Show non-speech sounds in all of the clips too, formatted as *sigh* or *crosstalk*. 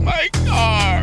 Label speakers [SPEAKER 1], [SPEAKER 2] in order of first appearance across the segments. [SPEAKER 1] My car!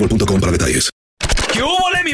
[SPEAKER 2] para detalles.
[SPEAKER 3] ¿Qué hubo, mi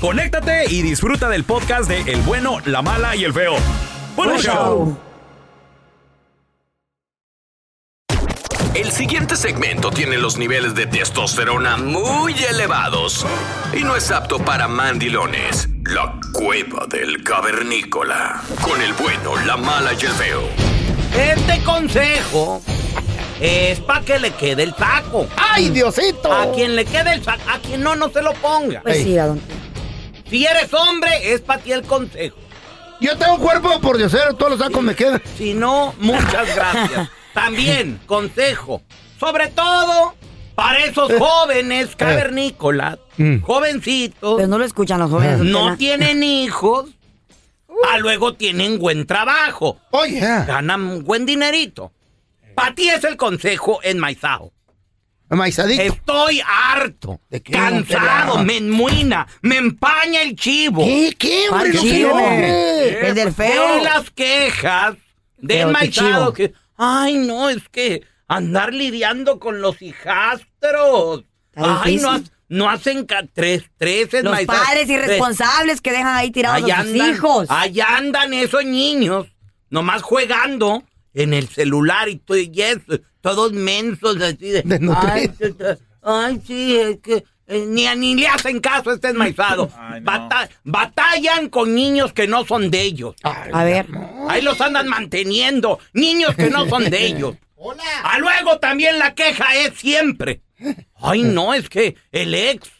[SPEAKER 3] conéctate y disfruta del podcast de El bueno, la mala y el feo. Bueno, show.
[SPEAKER 4] El siguiente segmento tiene los niveles de testosterona muy elevados y no es apto para mandilones. La cueva del cavernícola. Con el bueno, la mala y el feo.
[SPEAKER 5] Este consejo es para que le quede el saco.
[SPEAKER 6] ¡Ay, Diosito!
[SPEAKER 5] A quien le quede el saco, a quien no, no se lo ponga.
[SPEAKER 7] Pues sí, Adon.
[SPEAKER 5] Si eres hombre, es para ti el consejo.
[SPEAKER 6] Yo tengo cuerpo por diosero, todos los sacos me quedan.
[SPEAKER 5] Si no, muchas gracias.
[SPEAKER 6] *laughs*
[SPEAKER 5] También, consejo, sobre todo para
[SPEAKER 6] *laughs*
[SPEAKER 5] esos
[SPEAKER 6] Eh.
[SPEAKER 5] jóvenes cavernícolas, jovencitos,
[SPEAKER 7] Pero no lo escuchan los jóvenes.
[SPEAKER 5] no
[SPEAKER 7] Don Tela. *laughs*
[SPEAKER 5] tienen hijos, pa' luego tienen buen trabajo,
[SPEAKER 6] Oye,
[SPEAKER 5] ganan buen dinerito. Para ti es el consejo en Maizao.
[SPEAKER 6] maizadito.
[SPEAKER 5] Estoy harto,
[SPEAKER 6] ¿De qué,
[SPEAKER 5] cansado,
[SPEAKER 6] don Tela?
[SPEAKER 5] me enmuina, me empaña el chivo.
[SPEAKER 6] ¿Qué? ¿Qué, hombre?
[SPEAKER 7] ¿Cuál
[SPEAKER 6] No,
[SPEAKER 7] chivo?
[SPEAKER 6] hombre.
[SPEAKER 7] El del
[SPEAKER 5] De
[SPEAKER 7] feo.
[SPEAKER 5] las quejas
[SPEAKER 7] Feo,
[SPEAKER 5] del
[SPEAKER 7] qué
[SPEAKER 5] maizado
[SPEAKER 7] chivo.
[SPEAKER 5] que, ay, no, es que andar lidiando con los hijastros.
[SPEAKER 7] Está
[SPEAKER 5] Ay, no,
[SPEAKER 7] difícil.
[SPEAKER 5] ha- no hacen ca- tres, tres en
[SPEAKER 7] Los
[SPEAKER 5] maizado.
[SPEAKER 7] padres
[SPEAKER 5] Tres.
[SPEAKER 7] irresponsables que dejan ahí tirados
[SPEAKER 5] Ahí
[SPEAKER 7] a sus
[SPEAKER 5] andan-
[SPEAKER 7] hijos.
[SPEAKER 5] Ahí andan esos niños, nomás jugando en el celular y, to- y eso, todos mensos así de... ay,
[SPEAKER 6] Desnutridos.
[SPEAKER 5] t- t- ay, sí, es que... eh, Ni, a- ni le hacen caso a este enmaizado. Bata- batallan con niños que no son de ellos.
[SPEAKER 7] A ver.
[SPEAKER 5] Ahí los andan manteniendo, niños que no son de
[SPEAKER 7] *laughs*
[SPEAKER 5] ellos. Hola. A Ah, luego también la queja es siempre. Ay, no, es que el ex,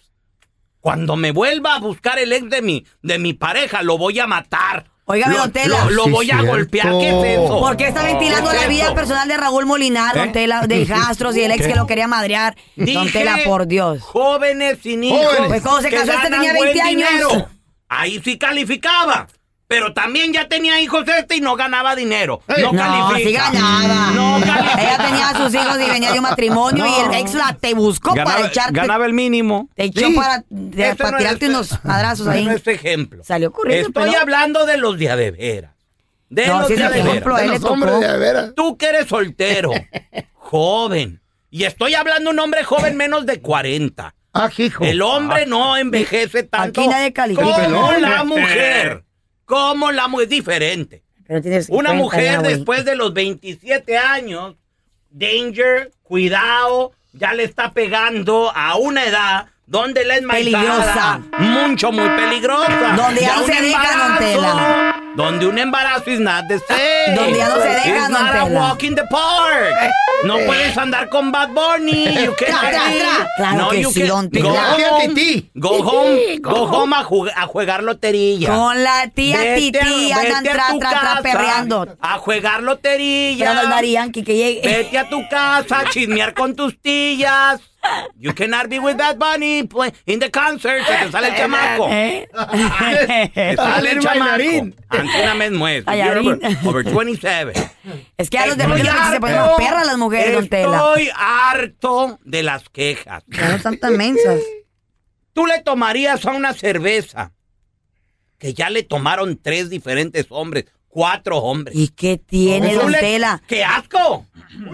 [SPEAKER 5] cuando me vuelva a buscar el ex de mi, de mi pareja, lo voy a matar.
[SPEAKER 7] Óigame,
[SPEAKER 5] lo,
[SPEAKER 7] don Tela.
[SPEAKER 5] lo- lo
[SPEAKER 6] Sí,
[SPEAKER 5] voy a
[SPEAKER 6] cierto.
[SPEAKER 5] golpear, ¿qué es eso?
[SPEAKER 7] ¿Por qué está ventilando
[SPEAKER 5] ¿Qué es
[SPEAKER 7] la vida
[SPEAKER 5] eso?
[SPEAKER 7] personal de Raúl Molinar,
[SPEAKER 5] ¿Eh?
[SPEAKER 7] Don Tela,
[SPEAKER 5] *laughs*
[SPEAKER 7] de hijastros y el ex que lo quería madrear? Don
[SPEAKER 5] Dije,
[SPEAKER 7] Tela, por Dios.
[SPEAKER 5] Jóvenes sin hijos.
[SPEAKER 6] Jóvenes.
[SPEAKER 7] Pues, ¿cómo se
[SPEAKER 5] que
[SPEAKER 7] casó? Este
[SPEAKER 5] ganan
[SPEAKER 7] tenía
[SPEAKER 5] buen
[SPEAKER 7] 20 años.
[SPEAKER 5] dinero. Ahí sí calificaba. Pero también ya tenía hijos este y no ganaba dinero. No,
[SPEAKER 7] No,
[SPEAKER 5] califica.
[SPEAKER 7] sí ganaba.
[SPEAKER 5] No califica.
[SPEAKER 7] Ella tenía a sus hijos y venía de un matrimonio y el ex la te buscó para echarte.
[SPEAKER 5] ganaba el mínimo.
[SPEAKER 7] Te echó
[SPEAKER 6] Sí.
[SPEAKER 7] para, de-
[SPEAKER 5] Este
[SPEAKER 7] para
[SPEAKER 5] no
[SPEAKER 7] tirarte
[SPEAKER 5] era
[SPEAKER 7] unos madrazos ahí.
[SPEAKER 5] No es ejemplo.
[SPEAKER 7] Salió corriendo,
[SPEAKER 5] Estoy
[SPEAKER 7] pero-
[SPEAKER 5] hablando de los de a de veras. De
[SPEAKER 7] No,
[SPEAKER 5] los
[SPEAKER 7] sí
[SPEAKER 5] de
[SPEAKER 7] es
[SPEAKER 5] a de veras.
[SPEAKER 7] ejemplo, a él le
[SPEAKER 6] Los hombres,
[SPEAKER 7] tocó.
[SPEAKER 6] de veras.
[SPEAKER 5] Tú que eres
[SPEAKER 6] *laughs*
[SPEAKER 5] soltero, joven, y estoy hablando de un hombre joven menos de 40.
[SPEAKER 6] Ah, hijo.
[SPEAKER 5] El hombre no envejece tanto
[SPEAKER 7] Aquí nadie califica.
[SPEAKER 5] como
[SPEAKER 6] Pelón.
[SPEAKER 5] la mujer. Como la mujer es diferente.
[SPEAKER 7] Pero tienes
[SPEAKER 5] Una
[SPEAKER 7] 50
[SPEAKER 5] mujer
[SPEAKER 7] ya, güey.
[SPEAKER 5] después de los 27 años, danger, cuidado, ya le está pegando a una edad donde la es
[SPEAKER 7] Peligrosa.
[SPEAKER 5] mucho, muy peligrosa.
[SPEAKER 7] Ah. Donde ya no
[SPEAKER 5] un
[SPEAKER 7] se deja, don
[SPEAKER 5] embarazo,
[SPEAKER 7] Tela.
[SPEAKER 5] Donde un embarazo is not the same.
[SPEAKER 7] Donde ya no se deja,
[SPEAKER 5] It's
[SPEAKER 7] don
[SPEAKER 5] not a
[SPEAKER 7] Tela. Eh.
[SPEAKER 5] walk in the park. No puedes andar con Bad Bunny. You can't
[SPEAKER 7] Tra, tra,
[SPEAKER 5] leave.
[SPEAKER 7] tra. Claro
[SPEAKER 5] no,
[SPEAKER 7] que
[SPEAKER 5] you
[SPEAKER 7] sí,
[SPEAKER 5] can't
[SPEAKER 7] don
[SPEAKER 5] go
[SPEAKER 7] Tela.
[SPEAKER 5] home.
[SPEAKER 6] Titi.
[SPEAKER 5] Go home, go home a, jug- a jugar lotería.
[SPEAKER 7] Con la tía
[SPEAKER 5] Vete a-
[SPEAKER 7] Titi
[SPEAKER 5] vete
[SPEAKER 7] andan
[SPEAKER 5] a
[SPEAKER 7] tra,
[SPEAKER 5] tu
[SPEAKER 7] tra, tra,
[SPEAKER 5] casa
[SPEAKER 7] perreando.
[SPEAKER 5] A jugar lotería.
[SPEAKER 7] Esperando al Dari Yankee que llegue.
[SPEAKER 5] Vete a tu casa a chismear con tus tías. You cannot be with that bunny play- in the concert. Se te sale el chamaco.
[SPEAKER 7] *laughs* ¿Eh? *laughs*
[SPEAKER 5] Te sale el chamaco. Antena Menmuez. You're
[SPEAKER 7] Bailarín.
[SPEAKER 5] over, over 27.
[SPEAKER 7] Es que a los de
[SPEAKER 5] Estoy
[SPEAKER 7] repente se ponen más
[SPEAKER 5] harto.
[SPEAKER 7] perras las mujeres, don Tela.
[SPEAKER 5] Estoy harto de las quejas.
[SPEAKER 7] Ya no son tan mensas.
[SPEAKER 5] Tú le tomarías a una cerveza que ya le tomaron tres diferentes hombres, cuatro hombres.
[SPEAKER 7] ¿Y qué tiene,
[SPEAKER 5] Tú
[SPEAKER 7] don
[SPEAKER 5] le-
[SPEAKER 7] Tela?
[SPEAKER 5] ¡Qué asco!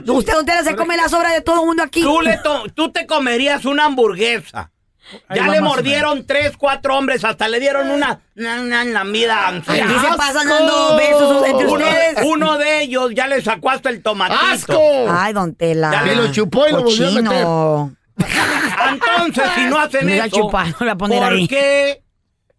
[SPEAKER 7] Usted, don Tela, se come la sobra de todo el mundo aquí.
[SPEAKER 5] Tú, le to- tú te comerías una hamburguesa. Ya
[SPEAKER 6] va
[SPEAKER 5] le
[SPEAKER 6] más o
[SPEAKER 5] mordieron tres, cuatro hombres, hasta le dieron una, una, una lamida anciana.
[SPEAKER 7] Aquí se pasan
[SPEAKER 5] ¡Asco!
[SPEAKER 7] dando besos entre
[SPEAKER 5] uno,
[SPEAKER 7] ustedes.
[SPEAKER 5] uno de ellos ya le sacó hasta el tomatito.
[SPEAKER 6] ¡Asco!
[SPEAKER 7] Ay, don Tela.
[SPEAKER 5] Ya
[SPEAKER 6] le lo chupó y lo volvió a meter.
[SPEAKER 7] Cochino.
[SPEAKER 5] Entonces, si no hacen
[SPEAKER 7] Me voy a
[SPEAKER 5] eso,
[SPEAKER 7] chupar, me voy a poner
[SPEAKER 5] ¿por
[SPEAKER 7] ahí.
[SPEAKER 5] qué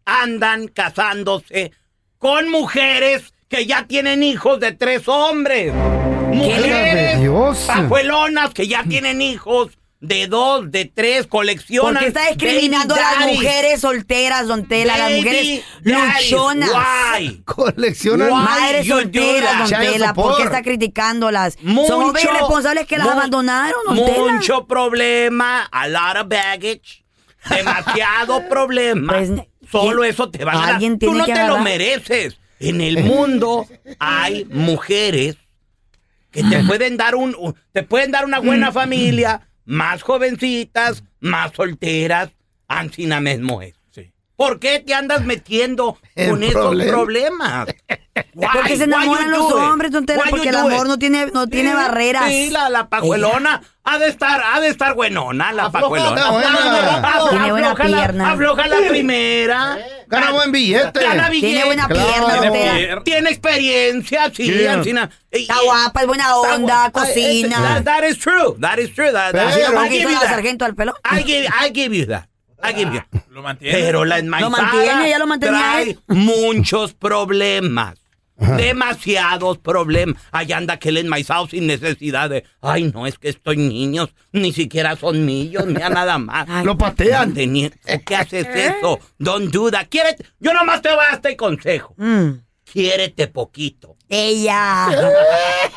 [SPEAKER 5] andan casándose con mujeres que ya tienen hijos de tres hombres? Mujeres
[SPEAKER 6] de Dios.
[SPEAKER 5] pajuelonas que ya tienen hijos de dos, de tres, coleccionan.
[SPEAKER 7] Porque está discriminando a
[SPEAKER 5] baby
[SPEAKER 7] las
[SPEAKER 5] daddies,
[SPEAKER 7] mujeres solteras, don Tela, a las
[SPEAKER 5] baby
[SPEAKER 7] mujeres
[SPEAKER 5] daddies.
[SPEAKER 7] luchonas.
[SPEAKER 5] Why?
[SPEAKER 6] Coleccionan
[SPEAKER 5] Why
[SPEAKER 7] Madres
[SPEAKER 5] you do that?
[SPEAKER 7] solteras, don
[SPEAKER 6] Child
[SPEAKER 7] Tela, ¿por
[SPEAKER 6] support.
[SPEAKER 7] qué está criticándolas? Son
[SPEAKER 5] Mucho-
[SPEAKER 7] hombres irresponsables que las
[SPEAKER 5] mu-
[SPEAKER 7] abandonaron, don Tela.
[SPEAKER 5] Mucho problema, a lot of baggage,
[SPEAKER 7] *laughs*
[SPEAKER 5] demasiado problema.
[SPEAKER 7] Pues,
[SPEAKER 5] Solo
[SPEAKER 7] ¿quién-
[SPEAKER 5] eso te va a dar.
[SPEAKER 7] alguien
[SPEAKER 5] Tú
[SPEAKER 7] tiene
[SPEAKER 5] no
[SPEAKER 7] que
[SPEAKER 5] te lo
[SPEAKER 7] agarrar?
[SPEAKER 5] mereces. En el mundo hay mujeres que te pueden dar un, un- te pueden dar una
[SPEAKER 7] Mm.
[SPEAKER 5] buena familia, más jovencitas, más solteras, ansina mismo es. ¿Por qué te andas metiendo
[SPEAKER 6] *laughs* El
[SPEAKER 5] con esos
[SPEAKER 6] problema.
[SPEAKER 5] problemas?
[SPEAKER 7] Porque se enamoran los hombres, don Tela, porque el amor no tiene, no tiene
[SPEAKER 5] Sí,
[SPEAKER 7] barreras.
[SPEAKER 5] Sí, la, la pajuelona ha de estar, ha de estar buenona la
[SPEAKER 6] Afloja
[SPEAKER 5] pajuelona.
[SPEAKER 6] la buena.
[SPEAKER 5] Afloja-
[SPEAKER 7] Tiene buena
[SPEAKER 5] afloja la-
[SPEAKER 7] pierna.
[SPEAKER 5] Afloja la primera.
[SPEAKER 6] Gana buen billete.
[SPEAKER 5] Gana billete.
[SPEAKER 7] Tiene buena
[SPEAKER 6] Claro.
[SPEAKER 7] pierna, don
[SPEAKER 5] Tiene
[SPEAKER 7] Tela.
[SPEAKER 5] pier- Tiene experiencia, sí,
[SPEAKER 6] Yeah.
[SPEAKER 5] Alcina. Eh,
[SPEAKER 7] Está
[SPEAKER 5] eh,
[SPEAKER 7] guapa, es buena
[SPEAKER 5] está
[SPEAKER 7] onda,
[SPEAKER 5] guapa. Eh, eh,
[SPEAKER 7] cocina.
[SPEAKER 5] That, that is true. That is true. That, that-
[SPEAKER 6] Pero-
[SPEAKER 5] I
[SPEAKER 7] Porque
[SPEAKER 5] give
[SPEAKER 7] hizo
[SPEAKER 5] you
[SPEAKER 7] la
[SPEAKER 5] that.
[SPEAKER 7] sargento al pelo.
[SPEAKER 5] I give, I give you that. I give you that.
[SPEAKER 3] Ah, Lo mantiene.
[SPEAKER 5] Pero la enmaizada
[SPEAKER 7] Lo mantiene, ya lo mantenía
[SPEAKER 5] trae
[SPEAKER 7] él.
[SPEAKER 5] muchos problemas. Demasiados problemas. Allá anda aquel enmaizado sin necesidad de, ay, no, es que estoy niños, ni siquiera son millos,
[SPEAKER 7] *laughs*
[SPEAKER 5] mira nada más.
[SPEAKER 7] Ay, ¿Eh?
[SPEAKER 6] Lo patean.
[SPEAKER 5] Manteni- ¿Por
[SPEAKER 7] *laughs*
[SPEAKER 5] qué haces eso? Don Duda, quiérete. Yo nomás te voy a dar este consejo.
[SPEAKER 7] Mm.
[SPEAKER 5] Quiérete poquito.
[SPEAKER 6] *laughs*
[SPEAKER 7] Ella.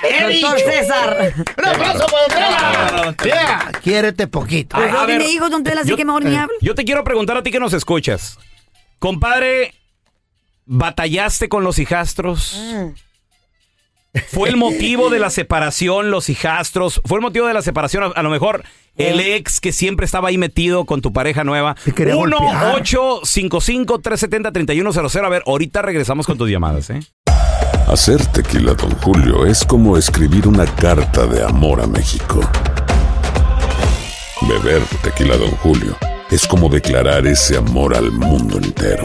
[SPEAKER 7] Doctor César.
[SPEAKER 6] ¡Un aplauso para Don Tela! Yeah, quiérete poquito.
[SPEAKER 7] Pues no
[SPEAKER 3] a
[SPEAKER 7] tiene
[SPEAKER 3] ver,
[SPEAKER 7] hijos, don Tela, así
[SPEAKER 3] yo-
[SPEAKER 7] que mejor ni
[SPEAKER 5] eh.
[SPEAKER 7] hablo.
[SPEAKER 3] Yo te quiero preguntar a ti que nos escuchas. Compadre, ¿batallaste con los hijastros?
[SPEAKER 7] Mm.
[SPEAKER 3] ¿Fue el motivo de la separación los hijastros? ¿Fue el motivo de la separación? A, a lo mejor
[SPEAKER 7] Eh.
[SPEAKER 3] el ex que siempre estaba ahí metido con tu pareja nueva.
[SPEAKER 6] Te quería golpear.
[SPEAKER 3] 1-855-370-3100. A ver, ahorita regresamos con tus llamadas, ¿eh?
[SPEAKER 8] Hacer tequila, Don Julio, es como escribir una carta de amor a México. Beber tequila, Don Julio, es como declarar ese amor al mundo entero.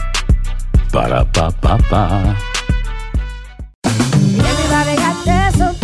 [SPEAKER 9] Para pa pa pa.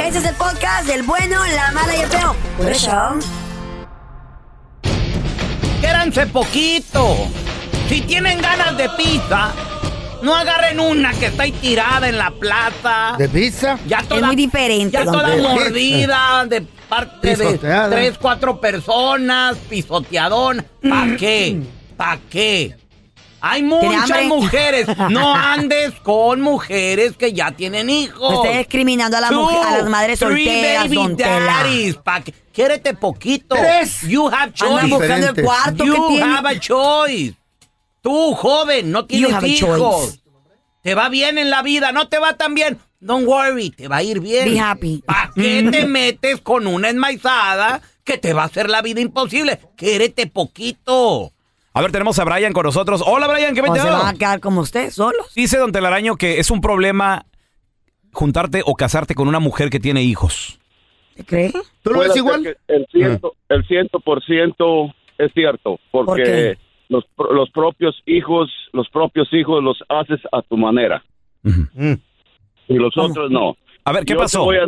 [SPEAKER 7] Ese es el podcast del bueno, la mala y el feo. Por eso.
[SPEAKER 5] Quédanse poquito. Si tienen ganas de pizza, no agarren una que está ahí tirada en la plaza.
[SPEAKER 6] ¿De pizza?
[SPEAKER 5] Ya
[SPEAKER 7] Es
[SPEAKER 5] toda,
[SPEAKER 7] muy diferente.
[SPEAKER 5] ya
[SPEAKER 7] don
[SPEAKER 5] toda
[SPEAKER 7] Tela. *laughs*
[SPEAKER 5] mordida de parte
[SPEAKER 6] Pisoteada.
[SPEAKER 5] de tres, cuatro personas, pisoteadón.
[SPEAKER 7] Mm.
[SPEAKER 5] ¿Para qué? ¿Para qué? Hay muchas
[SPEAKER 7] hambre?
[SPEAKER 5] mujeres.
[SPEAKER 7] *laughs*
[SPEAKER 5] No andes con mujeres que ya tienen
[SPEAKER 7] Me
[SPEAKER 5] hijos.
[SPEAKER 7] está discriminando a, la
[SPEAKER 5] Two,
[SPEAKER 7] mujer- a las madres
[SPEAKER 5] three
[SPEAKER 7] solteras,
[SPEAKER 5] baby
[SPEAKER 7] don Tela.
[SPEAKER 5] daddies, pa' que- Quiérete poquito.
[SPEAKER 6] Tres.
[SPEAKER 5] You have
[SPEAKER 7] Anda
[SPEAKER 5] choice.
[SPEAKER 7] buscando el
[SPEAKER 6] Diferentes.
[SPEAKER 7] cuarto que
[SPEAKER 5] You
[SPEAKER 7] tiene.
[SPEAKER 5] have a choice. Tú, joven, no tienes
[SPEAKER 7] have a
[SPEAKER 5] hijos.
[SPEAKER 7] choice.
[SPEAKER 5] Te va bien en la vida, no te va tan bien. Don't worry, te va a ir bien.
[SPEAKER 7] Be happy.
[SPEAKER 5] ¿Para qué te metes con una enmaizada que te va a hacer la vida imposible? Quérete poquito.
[SPEAKER 3] A ver, tenemos a Brian con nosotros. Hola, Brian, ¿qué
[SPEAKER 7] O se van a
[SPEAKER 3] metido?
[SPEAKER 7] quedar como usted, solos.
[SPEAKER 3] Dice Don Telaraño que es un problema juntarte o casarte con una mujer que tiene hijos.
[SPEAKER 7] ¿Te crees?
[SPEAKER 6] ¿Tú
[SPEAKER 10] lo ves igual? Ah. El ciento, el ciento por ciento es cierto, porque
[SPEAKER 7] qué?
[SPEAKER 10] los, pro- los propios hijos, los propios hijos los haces a tu manera. Y los otros no.
[SPEAKER 3] A ver, ¿qué
[SPEAKER 10] te
[SPEAKER 3] pasó?
[SPEAKER 10] voy a-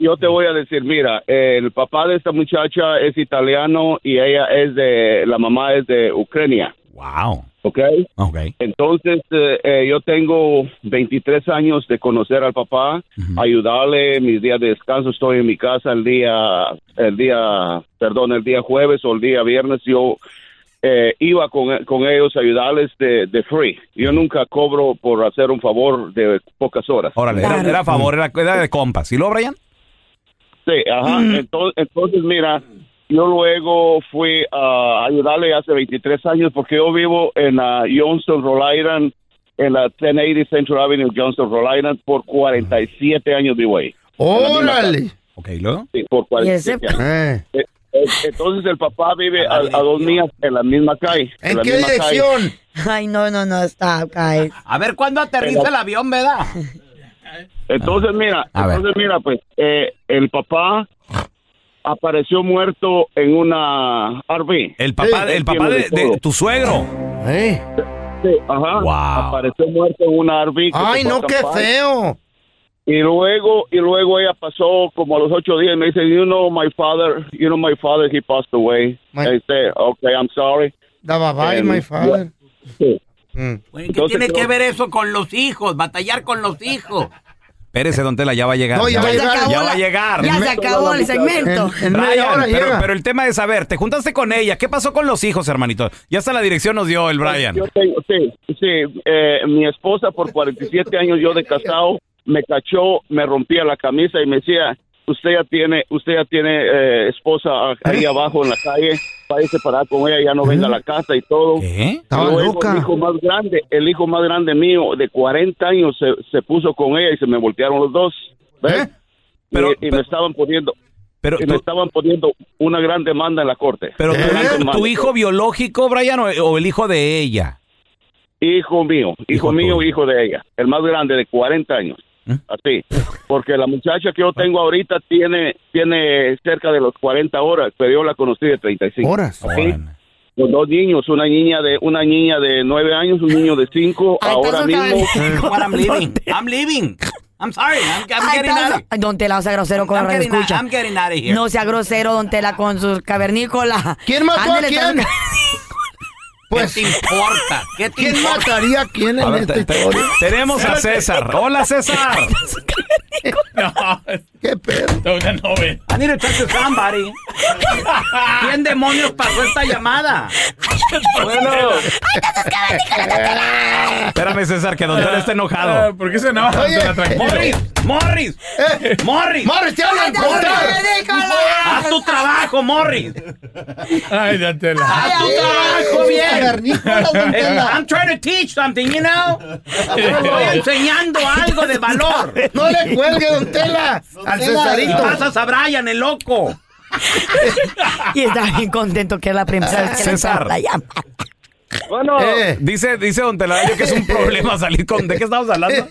[SPEAKER 10] yo te voy a decir, mira, el papá de esta muchacha es italiano y ella es de, la mamá es de Ucrania.
[SPEAKER 3] Wow.
[SPEAKER 10] ¿Ok?
[SPEAKER 3] Ok.
[SPEAKER 10] Entonces, eh, eh, yo tengo 23 años de conocer al papá, ayudarle, mis días de descanso, estoy en mi casa el día, el día, perdón, el día jueves o el día viernes, yo eh, iba con, con ellos a ayudarles de, de free. Yo nunca cobro por hacer un favor de pocas horas.
[SPEAKER 3] Órale, era, era a favor, era, era de compas. ¿Y luego, Brian?
[SPEAKER 10] Sí, ajá. Entonces, entonces, mira, yo luego fui a ayudarle hace 23 años porque yo vivo en la Johnston, Rhode Island, en la 1080 Central Avenue, Johnston, Rhode Island, por 47 años vivo ahí.
[SPEAKER 6] ¡Órale!
[SPEAKER 3] Ok, luego.
[SPEAKER 10] Sí, por 47 años. Eh, eh, Entonces el papá vive a, a dos millas en la misma calle. la misma calle.
[SPEAKER 7] Ay, no, no, no, está, guys.
[SPEAKER 3] A ver, ¿cuándo
[SPEAKER 10] aterriza el
[SPEAKER 3] avión, verdad?
[SPEAKER 10] Entonces, mira,
[SPEAKER 3] A ver.
[SPEAKER 10] entonces, mira, pues, eh, el papá apareció muerto en una RV.
[SPEAKER 3] El papá, el papá de, de tu suegro.
[SPEAKER 10] Sí, ajá. Apareció muerto en una RV. que
[SPEAKER 6] Ay,
[SPEAKER 10] se fue
[SPEAKER 6] no,
[SPEAKER 10] a
[SPEAKER 6] qué
[SPEAKER 10] acampar.
[SPEAKER 6] feo.
[SPEAKER 10] Y luego, y luego ella pasó como a los ocho días y me dice, you know my father, you know my father, he passed away. I say, okay, I'm sorry.
[SPEAKER 6] Daba
[SPEAKER 3] Eh,
[SPEAKER 6] bye,
[SPEAKER 10] And-
[SPEAKER 6] my father. Mm.
[SPEAKER 10] Sí.
[SPEAKER 5] ¿Qué tiene que ver eso con los hijos? Batallar con los hijos.
[SPEAKER 3] Espérese, Don Tela, ya va a llegar.
[SPEAKER 5] No, ya va a
[SPEAKER 3] va-
[SPEAKER 5] llegar.
[SPEAKER 3] ya va a
[SPEAKER 5] Ya
[SPEAKER 3] llegar.
[SPEAKER 5] se acabó el segmento.
[SPEAKER 6] En- en media
[SPEAKER 3] Brian,
[SPEAKER 6] hora
[SPEAKER 3] pero,
[SPEAKER 6] llega.
[SPEAKER 3] pero el tema es saber, te juntaste con ella, ¿qué pasó con los hijos, hermanito? Ya hasta la dirección nos dio el Brian.
[SPEAKER 10] Yo tengo- sí, sí, eh, mi esposa por 47 años yo de casado me cachó, me rompía la camisa y me decía, usted ya tiene, usted ya tiene eh, esposa a- ahí abajo en la calle, váyase para con ella, ya no venga a la casa y todo.
[SPEAKER 6] Estaba
[SPEAKER 10] Luego,
[SPEAKER 6] loca.
[SPEAKER 10] El hijo más grande, el hijo más grande mío de 40 años se, se puso con ella y se me voltearon los dos. ¿ves? Y- y, me estaban poniendo,
[SPEAKER 3] ¿Eh? pero
[SPEAKER 10] y me estaban poniendo una gran demanda en la corte.
[SPEAKER 6] ¿Eh?
[SPEAKER 3] Pero
[SPEAKER 10] Una
[SPEAKER 3] tu,
[SPEAKER 10] gran
[SPEAKER 3] hijo-
[SPEAKER 10] demanda.
[SPEAKER 3] tu hijo biológico, Brian, o, o el hijo de ella.
[SPEAKER 10] Hijo mío, hijo, mío, hijo de ella, el más grande de 40 años. Así, porque la muchacha que yo tengo ahorita tiene tiene cerca de los 40 horas, pero yo la conocí de 35.
[SPEAKER 6] Horas.
[SPEAKER 10] ¿ok? Con dos niños, una niña de una niña de 9 años, un niño de 5, ahora mismo.
[SPEAKER 5] What I'm leaving. I'm leaving. I'm sorry. I'm, I'm
[SPEAKER 7] *laughs* Ay,
[SPEAKER 5] getting
[SPEAKER 7] estás-
[SPEAKER 5] out of-
[SPEAKER 7] Don Tela, no sea grosero con
[SPEAKER 5] I'm
[SPEAKER 7] la radio
[SPEAKER 5] getting out-
[SPEAKER 7] escucha.
[SPEAKER 5] I'm getting out of here.
[SPEAKER 7] No sea grosero, Don Tela, con sus cavernícolas.
[SPEAKER 6] ¿Quién mató a quién?
[SPEAKER 5] ¿Qué te importa? ¿Qué te
[SPEAKER 6] ¿Quién
[SPEAKER 5] importa?
[SPEAKER 6] mataría a quién
[SPEAKER 3] A
[SPEAKER 6] en este
[SPEAKER 3] ver,
[SPEAKER 6] esta
[SPEAKER 3] te- te-
[SPEAKER 6] historia?
[SPEAKER 3] tenemos a César. Hola, César.
[SPEAKER 1] Una novela.
[SPEAKER 5] I need to talk to somebody. ¿Quién demonios pasó esta llamada?
[SPEAKER 3] Espérame, César, que Don Tela está enojado.
[SPEAKER 1] Ah, ¿Por qué se enoja?
[SPEAKER 6] Oye.
[SPEAKER 1] Don Tela? Tranquilo.
[SPEAKER 5] Morris, Morris,
[SPEAKER 6] Morris, te hablan, Morris.
[SPEAKER 5] haz tu trabajo, Morris.
[SPEAKER 1] Ay, Don Tela.
[SPEAKER 5] Haz tu trabajo
[SPEAKER 6] Cavernícolas, don
[SPEAKER 5] bien.
[SPEAKER 6] Tela.
[SPEAKER 5] I'm trying to teach something, you know. Estoy enseñando algo de valor.
[SPEAKER 6] No le cuelgue, don Tela, al
[SPEAKER 5] Y
[SPEAKER 6] Cesarito.
[SPEAKER 5] pasas a Brian, el loco.
[SPEAKER 7] *laughs* Y está bien contento que es la primera vez que le
[SPEAKER 3] César.
[SPEAKER 7] entra la llama.
[SPEAKER 10] Bueno,
[SPEAKER 3] Eh. Dice, dice Don Telaraño que es un problema salir con. ¿De qué estamos hablando?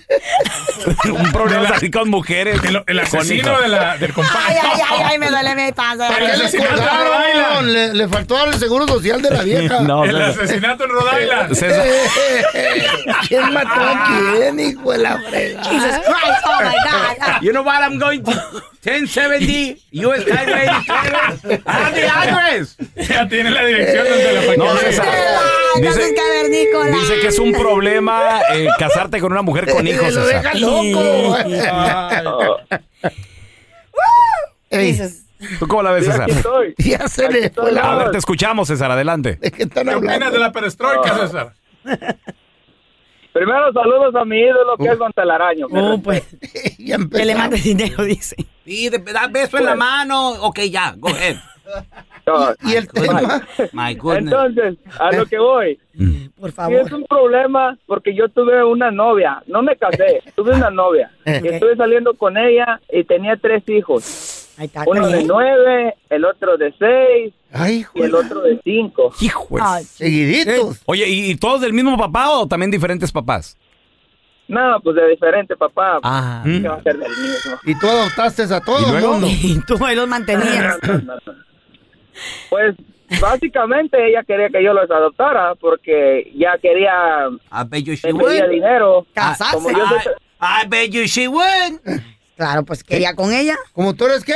[SPEAKER 1] *laughs*
[SPEAKER 3] un problema salir con mujeres.
[SPEAKER 1] El asesino
[SPEAKER 3] Con-
[SPEAKER 1] de la, del compadre.
[SPEAKER 7] Ay, ay, ay, ay, me duele mi panza.
[SPEAKER 6] ¿Para qué le
[SPEAKER 1] asesinato baila.
[SPEAKER 6] colgaron? Le, le faltó al seguro social
[SPEAKER 3] *laughs*
[SPEAKER 6] de la vieja.
[SPEAKER 3] No,
[SPEAKER 1] El
[SPEAKER 3] César.
[SPEAKER 1] asesinato en Rhode Island.
[SPEAKER 3] César.
[SPEAKER 6] *laughs* ¿Quién mató a quién, hijo de la frega?
[SPEAKER 7] Ah. Jesus Christ, oh my God. Ah,
[SPEAKER 5] You know what I'm going to 1070 US Highway 87. Have the address.
[SPEAKER 1] Ya tiene la dirección donde la
[SPEAKER 3] No,
[SPEAKER 1] paquete.
[SPEAKER 10] *laughs*
[SPEAKER 3] César.
[SPEAKER 10] Ah,
[SPEAKER 7] Ay, no seas
[SPEAKER 3] Dice,
[SPEAKER 7] cavernícola.
[SPEAKER 3] dice que es un problema eh, casarte con una mujer
[SPEAKER 10] *laughs*
[SPEAKER 3] con hijos.
[SPEAKER 6] Lo deja
[SPEAKER 3] César.
[SPEAKER 6] loco. Ey,
[SPEAKER 7] Jesus.
[SPEAKER 3] ¿Tú cómo la ves, César?
[SPEAKER 10] aquí estoy.
[SPEAKER 6] ya se
[SPEAKER 10] Aquí
[SPEAKER 6] le
[SPEAKER 10] estoy.
[SPEAKER 6] fue la
[SPEAKER 3] A ver,
[SPEAKER 6] hora.
[SPEAKER 3] te escuchamos, César, adelante.
[SPEAKER 6] ¿De qué están
[SPEAKER 1] ¿Qué opinas
[SPEAKER 6] hablando?
[SPEAKER 1] de la perestroika, César?
[SPEAKER 10] Ah. *laughs* Primero saludos a mi ídolo que es Don Telaraño.
[SPEAKER 6] Uh,
[SPEAKER 7] Oh, pues,
[SPEAKER 6] Ya
[SPEAKER 7] que le
[SPEAKER 6] empezamos.
[SPEAKER 7] mandes dinero, dice.
[SPEAKER 5] Y de- da beso en la mano. Ok, ya, go ahead.
[SPEAKER 6] *laughs* Y el
[SPEAKER 10] *laughs*
[SPEAKER 6] tema. Eh,
[SPEAKER 5] My goodness.
[SPEAKER 10] Entonces, a lo que voy.
[SPEAKER 7] Por
[SPEAKER 10] Sí, es
[SPEAKER 7] favor.
[SPEAKER 10] un problema porque yo tuve una novia,
[SPEAKER 6] *laughs*
[SPEAKER 10] no me casé, tuve una novia.
[SPEAKER 6] Eh.
[SPEAKER 10] Y estuve saliendo con ella y tenía tres hijos.
[SPEAKER 7] Ahí está.
[SPEAKER 11] Uno de nueve, el otro de seis y el otro de cinco.
[SPEAKER 3] Hijo Pues,
[SPEAKER 10] Ah,
[SPEAKER 3] Oye, ¿y, y todos del mismo papá o también diferentes papás?
[SPEAKER 11] No, pues de diferente papá.
[SPEAKER 3] Ah.
[SPEAKER 11] ¿Qué va a ser del mismo?
[SPEAKER 6] Y tú adoptaste a
[SPEAKER 3] ¿Y
[SPEAKER 6] todos,
[SPEAKER 3] luego?
[SPEAKER 6] ¿no?
[SPEAKER 7] *laughs* Y tú ahí los
[SPEAKER 10] *laughs*
[SPEAKER 7] mantenías.
[SPEAKER 11] Pues básicamente ella quería que yo los adoptara porque ya quería
[SPEAKER 5] I bet you she
[SPEAKER 11] me pedía
[SPEAKER 5] would.
[SPEAKER 11] dinero.
[SPEAKER 5] Casarse.
[SPEAKER 11] Como yo soy-
[SPEAKER 5] I bet you she would.
[SPEAKER 7] Claro, pues quería con ella.
[SPEAKER 6] ¿Como tú eres qué?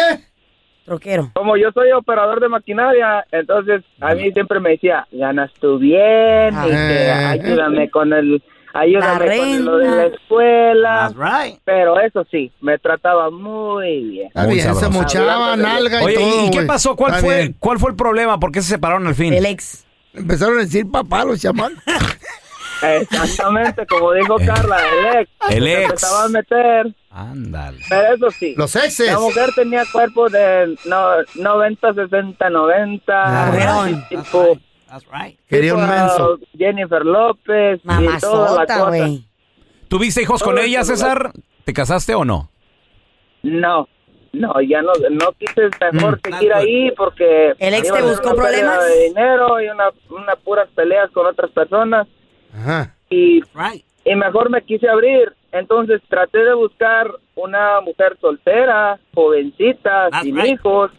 [SPEAKER 7] Troquero.
[SPEAKER 11] Como yo soy operador de maquinaria, entonces a mí siempre me decía, ganas tú bien, y que ayúdame con el, ayúdame
[SPEAKER 7] La
[SPEAKER 11] con lo de
[SPEAKER 7] renta.
[SPEAKER 11] la escuela.
[SPEAKER 5] That's right.
[SPEAKER 11] Pero eso sí, me trataba muy bien.
[SPEAKER 6] Está bien, se mochaba, nalga y
[SPEAKER 3] Oye,
[SPEAKER 6] todo,
[SPEAKER 3] ¿y qué
[SPEAKER 6] güey.
[SPEAKER 3] pasó? ¿Cuál
[SPEAKER 6] Está
[SPEAKER 3] fue,
[SPEAKER 6] bien.
[SPEAKER 3] ¿Cuál fue el problema? ¿Por qué se separaron al fin?
[SPEAKER 7] El ex.
[SPEAKER 6] Empezaron a decir papá los chamacos.
[SPEAKER 11] Exactamente, como dijo Carla, el ex.
[SPEAKER 3] Eh. El
[SPEAKER 11] Se
[SPEAKER 3] ex.
[SPEAKER 11] empezaba a meter,
[SPEAKER 3] Ándale.
[SPEAKER 11] pero eso sí.
[SPEAKER 6] Los exes.
[SPEAKER 11] La mujer tenía cuerpo de no, 90, 60,
[SPEAKER 7] Ah,
[SPEAKER 11] 90.
[SPEAKER 6] Carrerón.
[SPEAKER 11] Tipo,
[SPEAKER 5] That's right.
[SPEAKER 6] Quería un
[SPEAKER 11] tipo,
[SPEAKER 6] menso.
[SPEAKER 11] Jennifer López. y toda la cosa.
[SPEAKER 3] ¿Tuviste hijos con
[SPEAKER 11] Todo
[SPEAKER 3] ella,
[SPEAKER 11] eso,
[SPEAKER 3] César? ¿Te casaste o no?
[SPEAKER 11] No, no, ya no, no quise mejor seguir ahí porque...
[SPEAKER 7] Mm. ¿El ex
[SPEAKER 11] iba
[SPEAKER 7] te
[SPEAKER 11] a haber
[SPEAKER 7] buscó
[SPEAKER 11] una pelea
[SPEAKER 7] problemas?
[SPEAKER 11] De dinero y una, una puras peleas con otras personas.
[SPEAKER 6] Ajá.
[SPEAKER 11] y, y mejor me quise abrir. Entonces traté de buscar una mujer soltera, jovencita, sin hijos.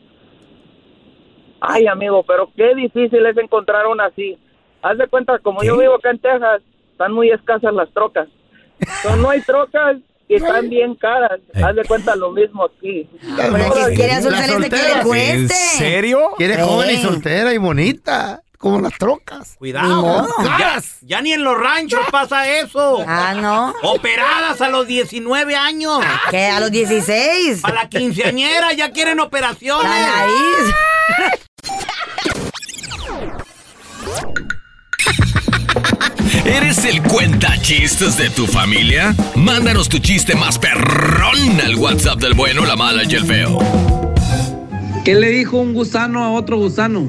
[SPEAKER 11] Ay, amigo, pero qué difícil es encontrar una así. Haz de cuenta, como yo vivo acá en Texas, están muy escasas las trocas. So, no hay trocas y están bien caras. Haz de cuenta lo mismo aquí.
[SPEAKER 6] Ah,
[SPEAKER 7] Pero que quieres un
[SPEAKER 6] La
[SPEAKER 7] celeste que le
[SPEAKER 6] soltera.
[SPEAKER 7] cueste.
[SPEAKER 6] Quieres
[SPEAKER 7] Sí.
[SPEAKER 6] joven y soltera y bonita, como las trocas.
[SPEAKER 5] Cuidado. Ah, Ya, ya ni en los ranchos pasa eso.
[SPEAKER 7] Ah, no.
[SPEAKER 5] Operadas a los 19 años.
[SPEAKER 7] Que a los 16.
[SPEAKER 5] A la quinceañera ya quieren operaciones.
[SPEAKER 7] La nariz.
[SPEAKER 4] ¿Eres el cuenta chistes de tu familia? Mándanos tu chiste más perrón al WhatsApp del bueno, la mala y el feo.
[SPEAKER 12] ¿Qué le dijo un gusano a otro gusano?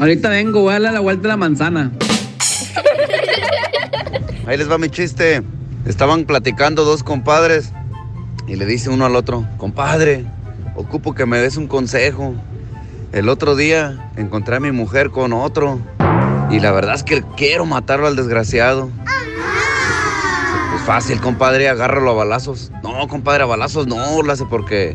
[SPEAKER 12] Ahorita vengo, voy a darle la vuelta a la manzana.
[SPEAKER 13] Ahí les va mi chiste. Estaban platicando dos compadres y le dice uno al otro, compadre, ocupo que me des un consejo. El otro día encontré a mi mujer con otro y la verdad es que quiero matarlo al desgraciado. Pues fácil, compadre, agárralo a balazos. No, compadre, a balazos no, lo hace porque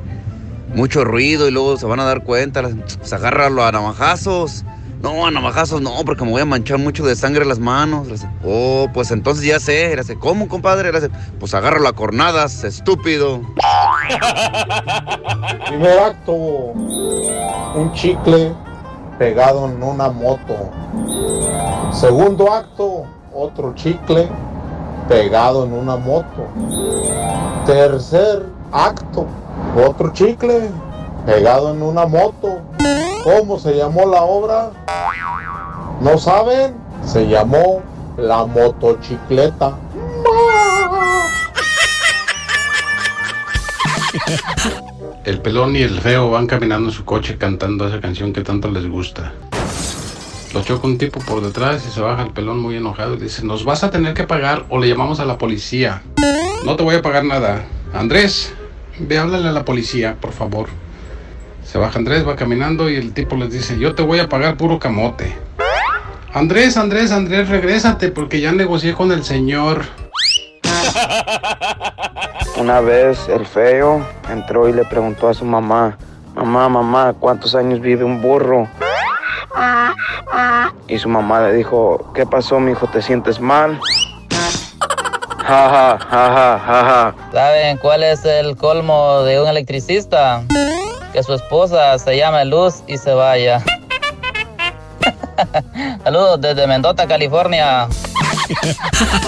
[SPEAKER 13] mucho ruido y luego se van a dar cuenta. Pues agárralo a navajazos. No, a navajazos no, porque me voy a manchar mucho de sangre las manos. Le hace, Oh, pues entonces ya sé. Le hace, ¿Cómo, compadre? Le hace, pues agárralo a cornadas, estúpido.
[SPEAKER 14] Primer acto, un chicle pegado en una moto. Segundo acto, otro chicle pegado en una moto. Tercer acto, otro chicle pegado en una moto. ¿Cómo se llamó la obra? ¿No saben? Se llamó la motocicleta.
[SPEAKER 15] El pelón y el feo van caminando en su coche cantando esa canción que tanto les gusta. Lo choca un tipo por detrás y se baja el pelón muy enojado y le dice, nos vas a tener que pagar o le llamamos a la policía. No te voy a pagar nada. Andrés, ve háblale a la policía, por favor. Se baja Andrés, va caminando y el tipo les dice, yo te voy a pagar puro camote. Andrés, Andrés, Andrés, regrésate porque ya negocié con el señor.
[SPEAKER 16] Una vez el feo entró y le preguntó a su mamá, mamá, mamá, ¿cuántos años vive un burro? Y su mamá le dijo, ¿qué pasó, mijo? ¿Te sientes mal? Ja, ja, ja, ja, ja, ja.
[SPEAKER 17] ¿Saben cuál es el colmo de un electricista? Que su esposa se llame Luz y se vaya. *laughs* Saludos desde Mendota, California.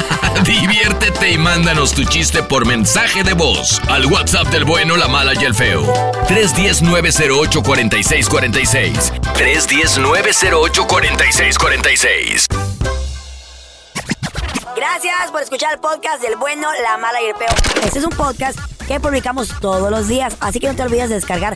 [SPEAKER 4] *laughs* Diviértete y mándanos tu chiste por mensaje de voz al WhatsApp del bueno, la mala y el feo. 310-908-4646. 310-908-4646.
[SPEAKER 7] Gracias por escuchar el podcast del bueno, la mala y el peor. Este es un podcast que publicamos todos los días, así que no te olvides de descargar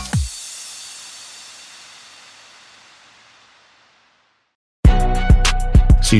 [SPEAKER 9] Si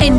[SPEAKER 18] En